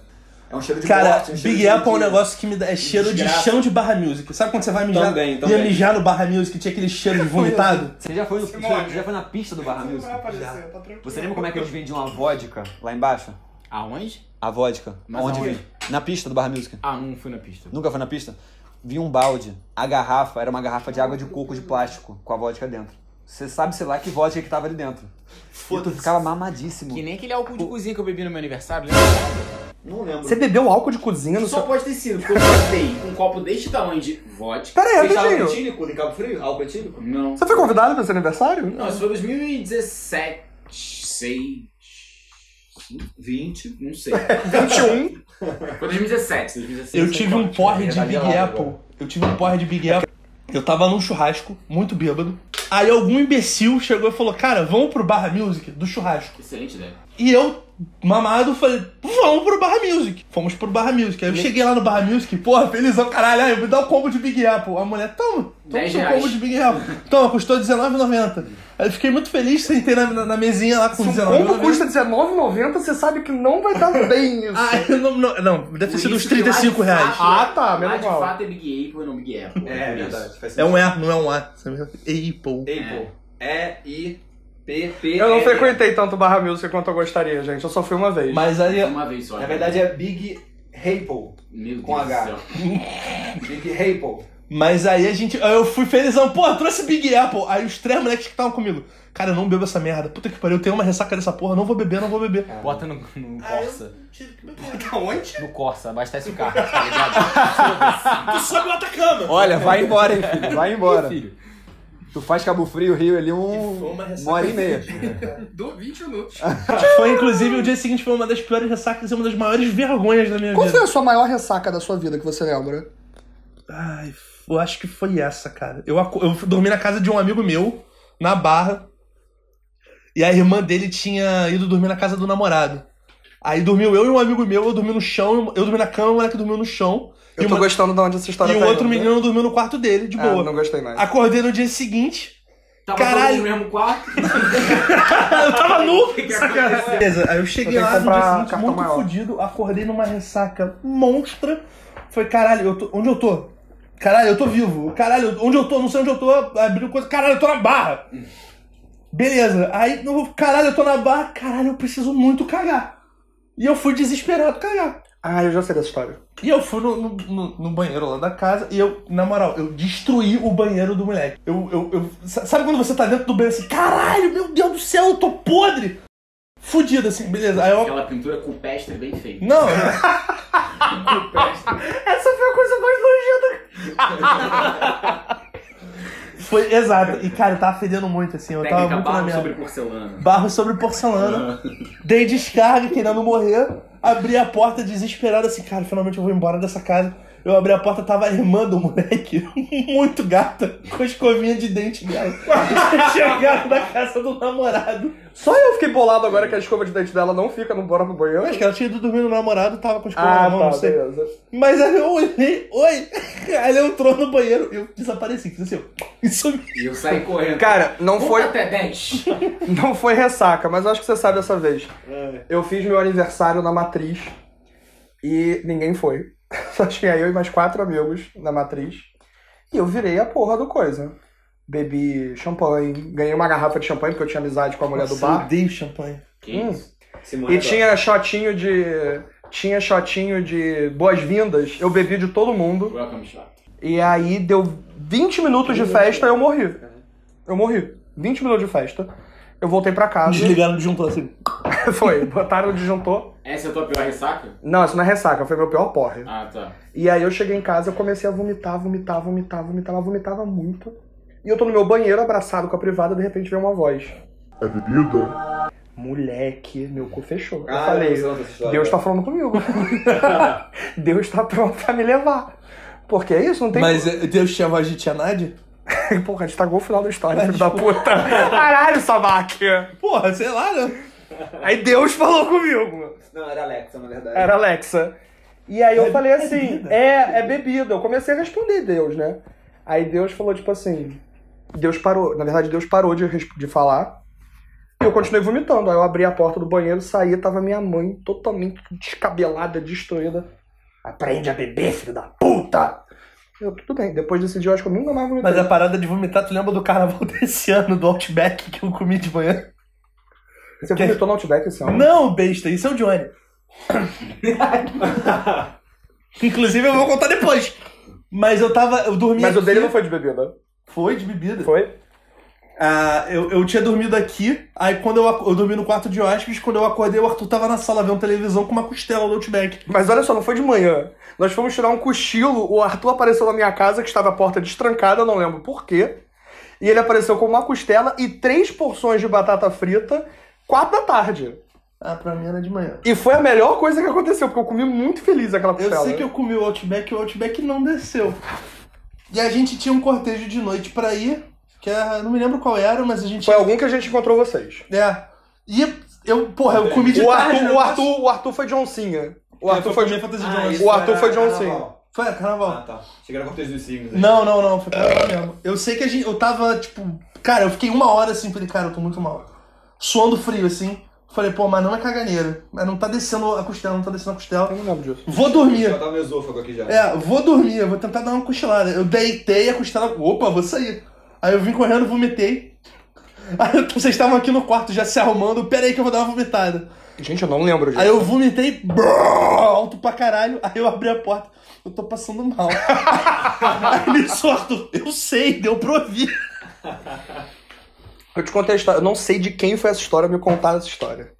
Speaker 3: É um cheiro de
Speaker 4: Cara,
Speaker 3: morte, um cheiro
Speaker 4: Big
Speaker 3: de-
Speaker 4: Apple é um
Speaker 3: de-
Speaker 4: negócio que me dá. É cheiro de
Speaker 3: Desgraça.
Speaker 4: chão de barra music. Sabe quando você vai mijar?
Speaker 1: Também,
Speaker 4: ia
Speaker 1: também.
Speaker 4: mijar no barra music, tinha aquele cheiro de vomitado?
Speaker 1: Você já foi, no,
Speaker 7: Simone.
Speaker 1: você já foi na pista do Barra
Speaker 7: Não
Speaker 1: Music?
Speaker 7: vai aparecer, tá tranquilo.
Speaker 1: Você lembra como é que eles vendiam a vodka lá embaixo?
Speaker 10: Aonde?
Speaker 1: A vodka.
Speaker 10: Mas
Speaker 1: Onde
Speaker 10: aonde?
Speaker 1: vem? Na pista do Barra Music.
Speaker 10: Ah,
Speaker 2: um
Speaker 10: não fui na pista.
Speaker 1: Nunca foi na pista? Vi um balde. A garrafa era uma garrafa de água de coco de plástico com a vodka dentro. Você sabe, sei lá, que vodka que tava ali dentro. E tu ficava mamadíssimo.
Speaker 10: Que nem aquele álcool de cozinha que eu bebi no meu aniversário, lembra?
Speaker 3: Não lembro.
Speaker 5: Você bebeu álcool de cozinha no
Speaker 2: tá Só
Speaker 5: seu...
Speaker 2: pode ter sido, porque eu cortei um copo deste tamanho de vodka.
Speaker 5: Pera
Speaker 3: Você
Speaker 5: aí,
Speaker 3: estava
Speaker 5: rapidinho.
Speaker 3: etílico em Cabo Frio? Álcool etílico?
Speaker 2: Não.
Speaker 5: Você foi convidado pra esse <laughs> aniversário?
Speaker 2: Não, isso foi 2017. 6. 20, não <laughs> sei.
Speaker 5: 21.
Speaker 2: Foi 2017, 2017.
Speaker 4: Eu tive um
Speaker 2: né?
Speaker 4: porre de
Speaker 3: Tá
Speaker 4: Big
Speaker 3: gelado
Speaker 4: Apple. Eu tive um porre de Big Apple. Eu tava num churrasco, muito bêbado. Aí algum imbecil chegou e falou, cara, vamos pro Barra Music do churrasco.
Speaker 2: Excelente ideia.
Speaker 4: E eu, mamado, falei, vamos pro Barra Music. Fomos pro Barra Music. Aí eu cheguei lá no Barra Music, porra, felizão, caralho, aí me dá um combo de Big Apple. A mulher, toma, toma
Speaker 2: 10
Speaker 4: seu
Speaker 2: reais.
Speaker 4: combo de Big Apple. Toma, custou R$19,90. Aí eu fiquei muito feliz, sentei na, na, na mesinha lá com
Speaker 5: Se um combo
Speaker 4: R$19,90.
Speaker 5: custa R$19,90, você sabe que não vai dar <laughs> bem isso.
Speaker 4: Ah, eu <laughs> não, não, não, deve ter sido uns
Speaker 2: Por isso que lá de
Speaker 4: 35 reais.
Speaker 2: fato-
Speaker 5: Ah, tá, menos
Speaker 2: lá de
Speaker 5: mal.
Speaker 2: fato é Big Apple e não Big Apple.
Speaker 3: É, verdade. Faz É.
Speaker 4: É
Speaker 3: sentido.
Speaker 4: um A, não é um A. Apple.
Speaker 3: Apple. E-I-P-P.
Speaker 5: Eu não frequentei tanto Barra Music quanto eu gostaria, gente. Eu só fui uma vez.
Speaker 4: Mas aí,
Speaker 2: é Uma vez só.
Speaker 3: Na verdade é Big Apple.
Speaker 2: Meu Deus
Speaker 3: com
Speaker 2: do
Speaker 3: H.
Speaker 2: céu.
Speaker 3: Big Apple.
Speaker 4: Mas aí a gente. aí Eu fui felizão, pô, eu trouxe Big Apple. Aí os três moleques que estavam comigo. Cara, eu não bebo essa merda. Puta que pariu, eu tenho uma ressaca dessa porra, não vou beber, não vou beber.
Speaker 10: Bota no, no Corsa. <laughs>
Speaker 7: Tá onde?
Speaker 10: No Corsa, abastece <laughs> o carro, tá ligado?
Speaker 4: Tu sobe lá da cama!
Speaker 1: Olha, vai embora, hein, filho. Vai embora.
Speaker 10: filho.
Speaker 1: Tu faz Cabo Frio, Rio ali um.
Speaker 4: uma ressaca
Speaker 1: Uma hora e meia.
Speaker 7: Do 20 minutos.
Speaker 4: Foi, inclusive, o dia seguinte foi uma das piores ressacas e uma das maiores vergonhas da minha
Speaker 5: Qual
Speaker 4: vida.
Speaker 5: foi a sua maior ressaca da sua vida que você lembra?
Speaker 4: Ai, eu acho que foi essa, cara. Eu, aco- eu dormi na casa de um amigo meu, na Barra. E a irmã dele tinha ido dormir na casa do namorado. Aí dormiu eu e um amigo meu, eu dormi no chão, eu dormi na cama, o moleque dormiu no chão.
Speaker 5: Eu
Speaker 4: e
Speaker 5: tô
Speaker 4: uma-
Speaker 5: gostando de onde essa história
Speaker 4: e
Speaker 5: tá
Speaker 4: o outro
Speaker 5: indo.
Speaker 4: menino dormiu no quarto dele, de
Speaker 5: Ah,
Speaker 4: boa.
Speaker 5: não gostei mais.
Speaker 4: Acordei no dia seguinte,
Speaker 2: Tava
Speaker 4: Caralho.
Speaker 2: todos no mesmo quarto.
Speaker 4: <laughs> eu tava nu.
Speaker 2: que
Speaker 4: sacanagem. Beleza, aí eu cheguei
Speaker 5: Eu tenho
Speaker 4: lá no dia
Speaker 5: que comprar
Speaker 4: seguinte
Speaker 5: cartão
Speaker 4: muito
Speaker 5: maior.
Speaker 4: fudido, acordei numa ressaca monstra. Falei, caralho, eu tô- onde eu tô? Caralho, eu tô vivo. Caralho, eu- onde eu tô? Não sei onde eu tô. Abriu coisa. Caralho, eu tô na barra. Beleza. Aí, eu- caralho, eu tô na barra. Caralho, eu preciso muito cagar. E eu fui desesperado cagar.
Speaker 5: Ah, eu já sei dessa história.
Speaker 4: E eu fui no, no- no- no banheiro lá da casa e eu, na moral, eu destruí o banheiro do moleque. Eu, eu, eu- sa- sabe quando você tá dentro do banheiro assim, caralho, meu Deus do céu, eu tô podre! Fudido assim, beleza. Aí eu.
Speaker 2: Aquela pintura culpestre bem feita.
Speaker 4: Não,
Speaker 5: Essa foi a coisa mais nojenta.
Speaker 4: foi exato. E cara, eu tava fedendo muito assim, eu tava
Speaker 2: Técnica
Speaker 4: muito na
Speaker 2: barro
Speaker 4: merda.
Speaker 2: sobre porcelana.
Speaker 4: Barro sobre porcelana, dei descarga querendo morrer, abri a porta desesperado assim, cara, finalmente eu vou embora dessa casa. Eu abri a porta, tava a irmã do moleque, <laughs> muito gata, com a escovinha de dente dela. <laughs> Chegado na casa do namorado.
Speaker 5: Só eu fiquei bolado agora que a escova de dente dela não fica no bora pro
Speaker 4: Eu
Speaker 5: banheiro.
Speaker 4: acho que ela tinha ido dormir no namorado, tava com a escova
Speaker 5: Ah,
Speaker 4: na mão,
Speaker 5: tá,
Speaker 4: não sei.
Speaker 5: beleza.
Speaker 4: Mas aí eu olhei, oi! <laughs> Aí ela entrou no banheiro, eu desapareci, fiz assim, ó, <laughs> e sumi.
Speaker 2: E eu saí correndo.
Speaker 5: Cara, não
Speaker 10: Um
Speaker 2: Conta
Speaker 5: foi,
Speaker 2: até <laughs> 10.
Speaker 5: não foi ressaca, mas eu acho que você sabe dessa vez.
Speaker 4: É.
Speaker 5: Eu fiz meu aniversário na Matriz e ninguém foi. <laughs> Só tinha eu e mais quatro amigos na Matriz. E eu virei a porra do coisa. Bebi champanhe, ganhei uma garrafa de champanhe porque eu tinha amizade com a mulher do
Speaker 4: Nossa, Eu
Speaker 5: bar.
Speaker 4: odeio champanhe.
Speaker 5: Hum.
Speaker 3: Simone
Speaker 5: E
Speaker 3: adora.
Speaker 5: tinha shotinho de. Tinha shotinho de boas-vindas. Eu bebi de todo mundo.
Speaker 2: Welcome shot.
Speaker 5: E aí deu 20 minutos de festa e eu morri. Eu morri. 20 minutos de festa. Eu voltei pra
Speaker 4: <laughs>
Speaker 5: casa.
Speaker 4: Desligaram de junto assim.
Speaker 5: <laughs> Foi, botaram o disjuntor.
Speaker 2: Essa é a tua pior ressaca?
Speaker 5: Não, isso não é ressaca, foi meu pior porre.
Speaker 2: Ah, tá.
Speaker 5: E aí eu cheguei em casa, eu comecei a vomitar, vomitar, vomitar, vomitar, mas vomitava muito. E eu tô no meu banheiro abraçado com a privada, de repente vem uma voz. É bebida? Moleque, meu cu fechou. eu
Speaker 3: Ah,
Speaker 1: é
Speaker 5: falei,
Speaker 3: eu não sei essa história.
Speaker 5: Deus tá falando comigo. <laughs> Deus tá pronto pra me levar. Porque é isso, não tem.
Speaker 4: Mas eh, Deus tinha voz de Tia Nádia?
Speaker 5: Porra, estragou o final da história, filho da puta. Caralho, sabaque.
Speaker 4: Porra, sei lá, né?
Speaker 5: Aí Deus falou comigo.
Speaker 3: Não, era Alexa, na verdade.
Speaker 5: Era Alexa. E aí eu
Speaker 4: É
Speaker 5: falei assim,
Speaker 4: bebida.
Speaker 5: é, é bebida. Eu comecei a responder Deus, né? Aí Deus falou, tipo assim, Deus parou. Na verdade, Deus parou de, res- de falar. E eu continuei vomitando. Aí eu abri a porta do banheiro, saí, tava minha mãe totalmente descabelada, destruída. Aprende a beber, filho da puta! Eu, tudo bem, depois desse dia eu acho que eu nunca mais vomitei.
Speaker 4: Mas é a parada de vomitar, tu lembra do carnaval <laughs> desse ano, do Outback que eu comi de manhã?
Speaker 5: Você vomitou no Outback esse ano?
Speaker 4: Não, besta, isso é o <laughs> Johnny. Inclusive eu vou contar depois. Mas eu tava, eu dormi
Speaker 5: Mas o
Speaker 4: aqui.
Speaker 5: dele não foi de bebida.
Speaker 4: Foi de bebida.
Speaker 5: Foi?
Speaker 4: Ah, eu, eu tinha dormido aqui, aí quando eu, ac- eu dormi no quarto de hóspedes, quando eu acordei, o Arthur tava na sala vendo televisão com uma costela do Outback.
Speaker 5: Mas olha só, não foi de manhã. Nós fomos tirar um cochilo, o Arthur apareceu na minha casa, que estava a porta destrancada, eu não lembro porquê. E ele apareceu com uma costela e três porções de batata frita, quatro da tarde.
Speaker 4: Ah, pra mim era de manhã.
Speaker 5: E foi a melhor coisa que aconteceu, porque eu comi muito feliz aquela
Speaker 4: Eu
Speaker 5: costela.
Speaker 4: sei que eu comi o Outback e o Outback não desceu. E a gente tinha um cortejo de noite pra ir, que era, não me lembro qual era, mas a gente.
Speaker 5: Foi algum que a gente encontrou vocês.
Speaker 4: É. E eu, porra, eu comi de
Speaker 5: O
Speaker 4: tarde.
Speaker 5: Arthur,
Speaker 4: né?
Speaker 5: o Arthur, o Arthur foi de oncinha. O
Speaker 4: É,
Speaker 5: Arthur foi de...
Speaker 4: comer fantasia de é, tá
Speaker 3: Ah,
Speaker 4: onça.
Speaker 3: isso
Speaker 5: O Arthur
Speaker 3: era
Speaker 5: foi de John
Speaker 3: carnaval.
Speaker 4: Foi, carnaval.
Speaker 3: Ah, tá. Cheguei na cortejo dos signos. aí.
Speaker 4: Não, não, não, foi carnaval mesmo. Eu sei que a gente. Eu tava, tipo. Cara, eu fiquei uma hora assim, falei, cara, eu tô muito mal. Suando frio, assim. Falei, pô, mas não é caganeira. Mas não tá descendo a costela, não tá descendo a
Speaker 5: Eu
Speaker 4: costela.
Speaker 5: não lembro disso.
Speaker 4: Vou dormir.
Speaker 3: Já tava no esôfago aqui já.
Speaker 4: É, vou dormir, eu vou tentar dar uma cochilada. Eu deitei a costela. Opa, vou sair. Aí eu vim correndo, vomitei. Aí eu- vocês estavam aqui no quarto já se arrumando. Pera aí que eu vou dar uma vomitada.
Speaker 5: Gente, eu não lembro disso.
Speaker 4: Aí eu vomitei brrr, alto pra caralho. Aí eu abri a porta. Eu tô passando mal. <laughs> aí nisso, Arthur, eu sei, deu pra ouvir.
Speaker 5: Eu te contei a história. Eu não sei de quem foi essa história, me contaram essa história.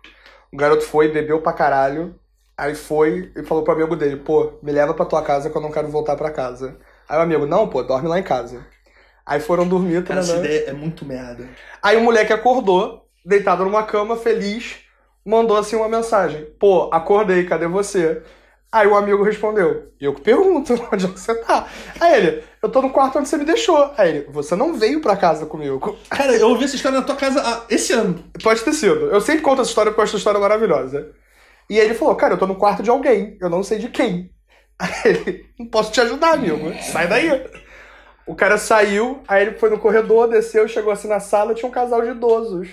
Speaker 5: O garoto foi, bebeu pra caralho. Aí foi e falou pro amigo dele, pô, me leva pra tua casa que eu não quero voltar pra casa. Aí o amigo, não, pô, dorme lá em casa. Aí foram dormir,
Speaker 4: Cara, essa
Speaker 5: tananã.
Speaker 4: ideia é muito merda.
Speaker 5: Aí o moleque acordou, deitado numa cama, feliz, mandou assim uma mensagem. Pô, acordei, cadê você? Aí o amigo respondeu, eu que pergunto, <laughs> onde é que você tá? Aí ele, eu tô no quarto onde você me deixou. Aí ele, você não veio pra casa comigo.
Speaker 4: Cara, eu ouvi essa história na tua casa ah, esse ano.
Speaker 5: Pode ter sido. Eu sempre conto essa história porque eu acho essa história maravilhosa. E ele falou, cara, eu tô no quarto de alguém, eu não sei de quem. <laughs> Aí ele, não posso te ajudar, amigo. Sai daí. O cara saiu, aí ele foi no corredor, desceu, chegou assim na sala, tinha um casal de idosos.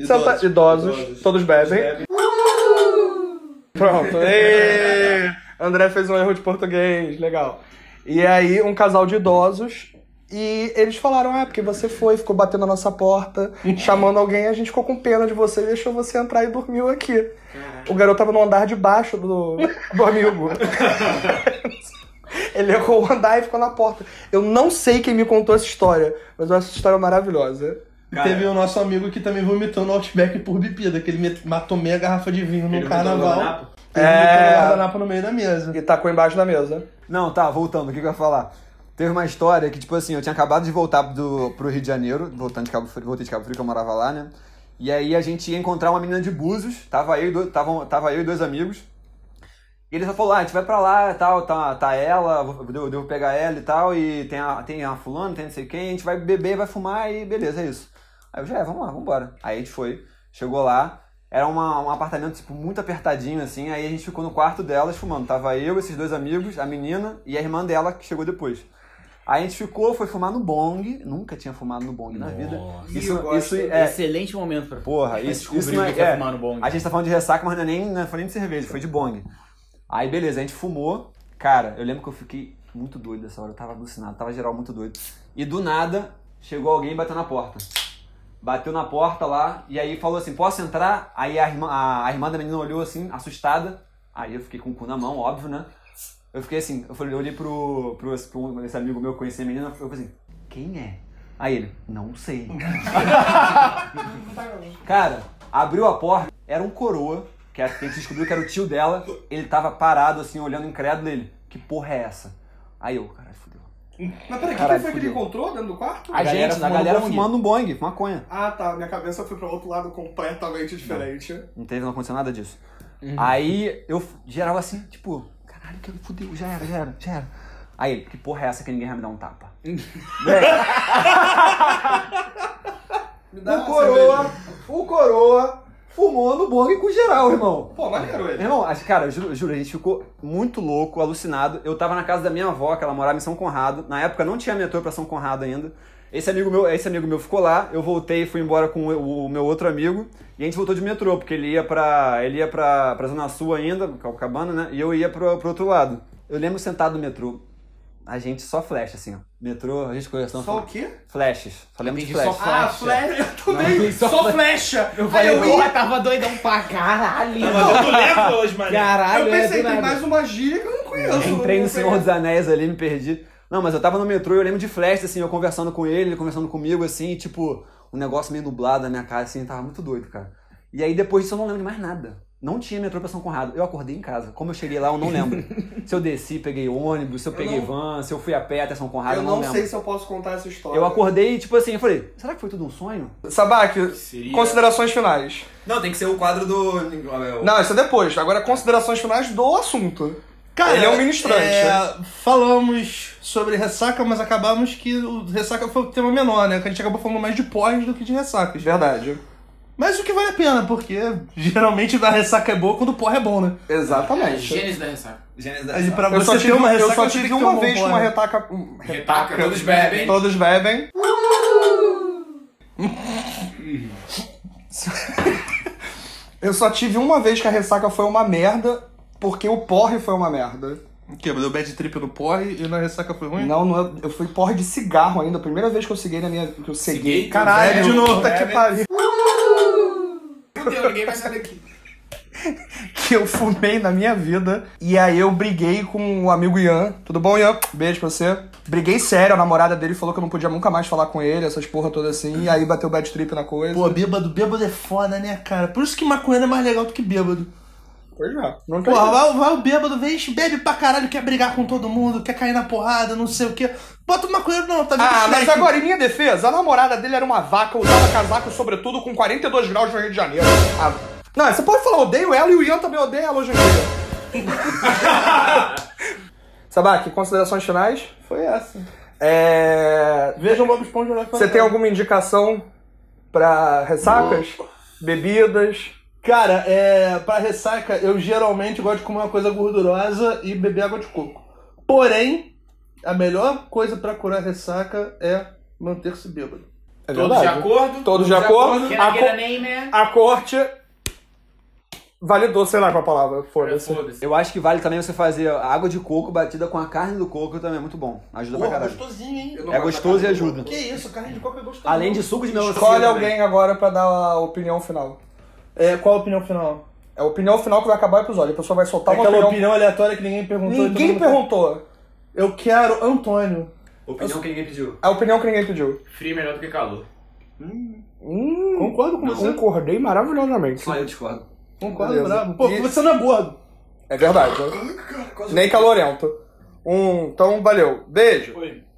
Speaker 5: Senta-
Speaker 4: Idosos.
Speaker 5: idosos, todos bebem. Uh! Pronto. Ê! <laughs> André fez um erro de português, legal. E aí, um casal de idosos, e eles falaram, ah, porque você foi, ficou batendo na nossa porta, chamando alguém, a gente ficou com pena de você, deixou você entrar e dormiu aqui. O garoto tava no andar de baixo
Speaker 4: <laughs>
Speaker 5: do, do amigo. Ele errou o andar e ficou na porta. Eu não sei quem me contou essa história, mas eu acho essa história maravilhosa.
Speaker 3: Cara.
Speaker 4: Teve o nosso amigo que também vomitou no Outback por bebida, que ele me- matou meia garrafa de vinho
Speaker 3: Ele
Speaker 4: no
Speaker 3: botou
Speaker 4: carnaval.
Speaker 3: guardanapo.
Speaker 4: Ele
Speaker 5: É.
Speaker 4: vomitou no guardanapo no meio da mesa.
Speaker 5: E tacou embaixo da mesa.
Speaker 1: Não, tá, voltando, o que, que eu ia falar? Teve uma história que, tipo assim, eu tinha acabado de voltar do, pro Rio de Janeiro, voltando de Cabo Frio, voltei de Cabo Frio, que eu morava lá, né? E aí a gente ia encontrar uma menina de Búzios, tava eu e dois, tava, tava eu e dois amigos. E ele só falou, ah, a gente vai pra lá e tal, tá, tá ela, vou- eu devo pegar ela e tal, e tem a, tem a fulano, tem não sei quem, a gente vai beber, vai fumar e beleza, é isso. Aí eu já é, vamos lá, vambora. Aí a gente foi, chegou lá, era uma- um apartamento, tipo, muito apertadinho, assim, aí a gente ficou no quarto delas fumando. Tava eu, esses dois amigos, a menina e a irmã dela, que chegou depois. Aí a gente ficou, foi fumar no bong, nunca tinha fumado no bong na vida.
Speaker 10: Nossa.
Speaker 1: Isso,
Speaker 7: Eu gosto.
Speaker 1: isso é,
Speaker 10: Excelente momento pra
Speaker 1: porra,
Speaker 10: pra
Speaker 1: isso,
Speaker 10: descobrir
Speaker 1: isso não é,
Speaker 10: o que é
Speaker 1: é,
Speaker 10: fumar no bong.
Speaker 1: a gente tá falando de ressaca, mas não é nem na frente de cerveja, foi de bong. Aí beleza, a gente fumou. Cara, eu lembro que eu fiquei muito doido nessa hora, eu tava alucinado, tava geral muito doido. E do nada, chegou alguém e bateu na porta. Bateu na porta lá, e aí falou assim, posso entrar? Aí a irmã, a, a irmã da menina olhou assim, assustada. Aí eu fiquei com o cu na mão, óbvio, né? Eu fiquei assim, eu falei, eu olhei pro, pro, pro esse amigo meu que conhecia a menina, eu falei assim, quem é? Aí ele, não sei. Cara, abriu a porta, era um coroa, que a gente descobriu que era o tio dela. Ele tava parado, assim, olhando incrédulo ele. Que porra é essa? Aí eu, caralho, fudeu.
Speaker 7: Mas peraí, o que
Speaker 1: Caralho,
Speaker 7: foi que ele
Speaker 1: fudeu.
Speaker 7: encontrou dentro do quarto?
Speaker 10: A
Speaker 1: galera,
Speaker 10: gente,
Speaker 1: a
Speaker 10: na
Speaker 1: galera
Speaker 10: galera
Speaker 1: fumando um bong, maconha.
Speaker 7: Ah, tá. Minha cabeça foi pra outro lado completamente diferente.
Speaker 1: Não teve, não aconteceu nada disso. Aí eu f- geral assim, tipo, caralho, que fudeu, já era, já era, já era. Aí ele, que porra é essa que ninguém vai me dar um tapa? Véi,
Speaker 7: Me dá
Speaker 1: o
Speaker 7: uma cerveja.
Speaker 1: coroa, o coroa fumou no bong com geral, irmão.
Speaker 7: Pô, maneiro
Speaker 1: Meu
Speaker 7: ele.
Speaker 1: irmão, acho- cara, eu juro, eu juro, a gente ficou muito louco, alucinado. Eu tava na casa da minha avó, que ela morava em São Conrado. Na época não tinha metrô pra São Conrado ainda. Esse amigo meu, esse amigo meu ficou lá, eu voltei e fui embora com o, o meu outro amigo. E a gente voltou de metrô, porque ele ia pra, ele ia pra, pra Zona Sul ainda, Calcabana, né? E eu ia pro, pro outro lado. Eu lembro sentado no metrô, a gente só flash, assim, ó. Metrô, a gente
Speaker 4: Então
Speaker 1: conversando.
Speaker 7: Só
Speaker 4: tá.
Speaker 1: falando-
Speaker 7: o quê?
Speaker 1: Flashes. Só lembro de
Speaker 10: Entendi, só
Speaker 1: flash.
Speaker 7: Ah,
Speaker 10: Flecha.
Speaker 7: flecha. Eu também.
Speaker 10: só
Speaker 7: Só flecha.
Speaker 10: é Eu falei,
Speaker 7: Aí eu ia.
Speaker 10: porra, tava doidão pra caralho.
Speaker 4: Tu lembra hoje, mano?
Speaker 10: Caralho,
Speaker 7: Eu pensei, tem
Speaker 10: é, do nada.
Speaker 7: mais uma gíria que eu não conheço.
Speaker 1: Né? Entrei
Speaker 7: não
Speaker 1: no
Speaker 7: sei.
Speaker 1: Senhor dos Anéis ali, me perdi. Não, mas eu tava no metrô e eu lembro de flash, assim, eu conversando com ele, ele conversando comigo, assim, e, tipo, um negócio meio nublado na minha cara, assim, tava muito doido, cara. E aí depois disso eu não lembro de mais nada. Não tinha metrô pra São Conrado. Eu acordei em casa. Como eu cheguei lá, eu não lembro. se eu desci, peguei ônibus, se eu peguei
Speaker 7: não-
Speaker 1: van, se eu fui a pé até São Conrado, eu
Speaker 7: Eu
Speaker 1: não,
Speaker 7: não
Speaker 1: lembro.
Speaker 7: sei se eu posso contar essa história.
Speaker 1: Eu acordei, tipo assim, eu falei, será que foi tudo um sonho?
Speaker 5: Sabac,
Speaker 2: Seria-
Speaker 5: considerações finais.
Speaker 3: Não, tem que ser o quadro do.
Speaker 5: Não, isso é depois. Agora, considerações finais do assunto.
Speaker 4: Cara,
Speaker 5: Ele é um ministrante, né?
Speaker 4: falamos sobre ressaca, mas acabamos que o ressaca foi o tema menor, né? Que a gente acabou falando mais de pós do que de ressacas.
Speaker 5: Verdade.
Speaker 4: Mas o que vale a pena, porque geralmente a ressaca é boa quando o porra é bom, né?
Speaker 5: Exatamente.
Speaker 2: Gênesis da ressaca.
Speaker 3: Gênesis da
Speaker 4: Mas e pra
Speaker 5: Eu
Speaker 4: você
Speaker 5: só
Speaker 4: ter
Speaker 5: tive,
Speaker 4: uma
Speaker 5: eu
Speaker 4: ressaca, você
Speaker 5: só
Speaker 4: tem
Speaker 5: tive
Speaker 4: que ter um
Speaker 5: uma
Speaker 4: bom
Speaker 5: vez que
Speaker 4: porra.
Speaker 5: uma retaca.
Speaker 2: <laughs> Retaca, todos bebem.
Speaker 5: Todos bebem. Eu só tive uma vez que a ressaca foi uma merda, porque o porre foi uma merda.
Speaker 4: O quê? Deu bad trip no porre e na ressaca foi ruim?
Speaker 5: Não, não, eu fui porre de cigarro ainda. A primeira vez que eu ceguei na minha. Que eu ceguei.
Speaker 2: Ciguei?
Speaker 5: Caralho,
Speaker 4: Bebe de novo.
Speaker 5: Puta que
Speaker 4: Bebe.
Speaker 5: pariu.
Speaker 2: Fudeu, ninguém vai sair daqui.
Speaker 5: Que eu fumei na minha vida. E aí eu briguei com o amigo Ian. Tudo bom, Ian? Beijo pra você. Briguei sério, a namorada dele falou que eu não podia nunca mais falar com ele, essas porra todas assim. E aí bateu bad trip na coisa.
Speaker 4: Pô, bêbado, bêbado é foda, né, cara? Por isso que maconheiro é mais legal do que bêbado.
Speaker 5: Pois é. Nunca
Speaker 4: Porra, vai, vai o bêbado, vem, bebe pra caralho, quer brigar com todo mundo, quer cair na porrada, não sei o quê. Bota o maconheiro, não, tá
Speaker 5: Ah, mas
Speaker 4: Shrek.
Speaker 5: agora, em minha defesa, a namorada dele era uma vaca, usava casaco, sobretudo, com 42 graus no Rio de Janeiro. Ah, não, você pode falar, odeio ela e o Ian também odeia ela hoje em dia. <laughs> Sabaki, considerações finais?
Speaker 4: Foi essa.
Speaker 5: É...
Speaker 4: Veja o Bob Esponja olhar pra
Speaker 5: Você
Speaker 4: lá.
Speaker 5: tem alguma indicação pra ressacas? Bebidas?
Speaker 4: Cara, é, pra ressaca, eu geralmente gosto de comer uma coisa gordurosa e beber água de coco. Porém, a melhor coisa pra curar a ressaca é manter-se bêbado.
Speaker 5: É
Speaker 2: Todos de acordo?
Speaker 5: Todos de acordo.
Speaker 2: Can
Speaker 5: A
Speaker 2: I get a
Speaker 5: co-
Speaker 2: name,
Speaker 10: né?
Speaker 2: man?
Speaker 5: A corte validou, sei lá qual a palavra, foda-se.
Speaker 2: Foda-se.
Speaker 1: Eu acho que vale também você fazer água de coco batida com a carne do coco também, é muito bom. Ajuda pra caralho.
Speaker 4: gostosinho, hein?
Speaker 1: É gostoso e ajuda.
Speaker 4: Que isso, carne de né, coco é gostoso.
Speaker 1: Além de suco de melancia.
Speaker 5: Escolhe
Speaker 1: também.
Speaker 5: alguém agora pra dar a opinião final.
Speaker 4: É, qual a opinião final?
Speaker 5: É a opinião final que vai acabar o episódio. A pessoa vai soltar uma
Speaker 4: É Aquela opinião...
Speaker 5: opinião.
Speaker 4: aleatória que ninguém perguntou. e todo
Speaker 5: Ninguém
Speaker 4: mundo-
Speaker 5: perguntou.
Speaker 4: Eu quero Antônio.
Speaker 3: Opinião que ninguém pediu.
Speaker 5: É A opinião que ninguém pediu.
Speaker 2: Frio é melhor do que calor.
Speaker 5: Hum,
Speaker 4: Concordo com você.
Speaker 5: concordei maravilhosamente.
Speaker 3: Só eu discordo.
Speaker 4: Concordo,
Speaker 5: Beleza.
Speaker 4: bravo. Pô,
Speaker 5: E-
Speaker 4: você não é gordo.
Speaker 5: É verdade. né? Nem calorento. Um, então, valeu. Beijo.
Speaker 2: Foi.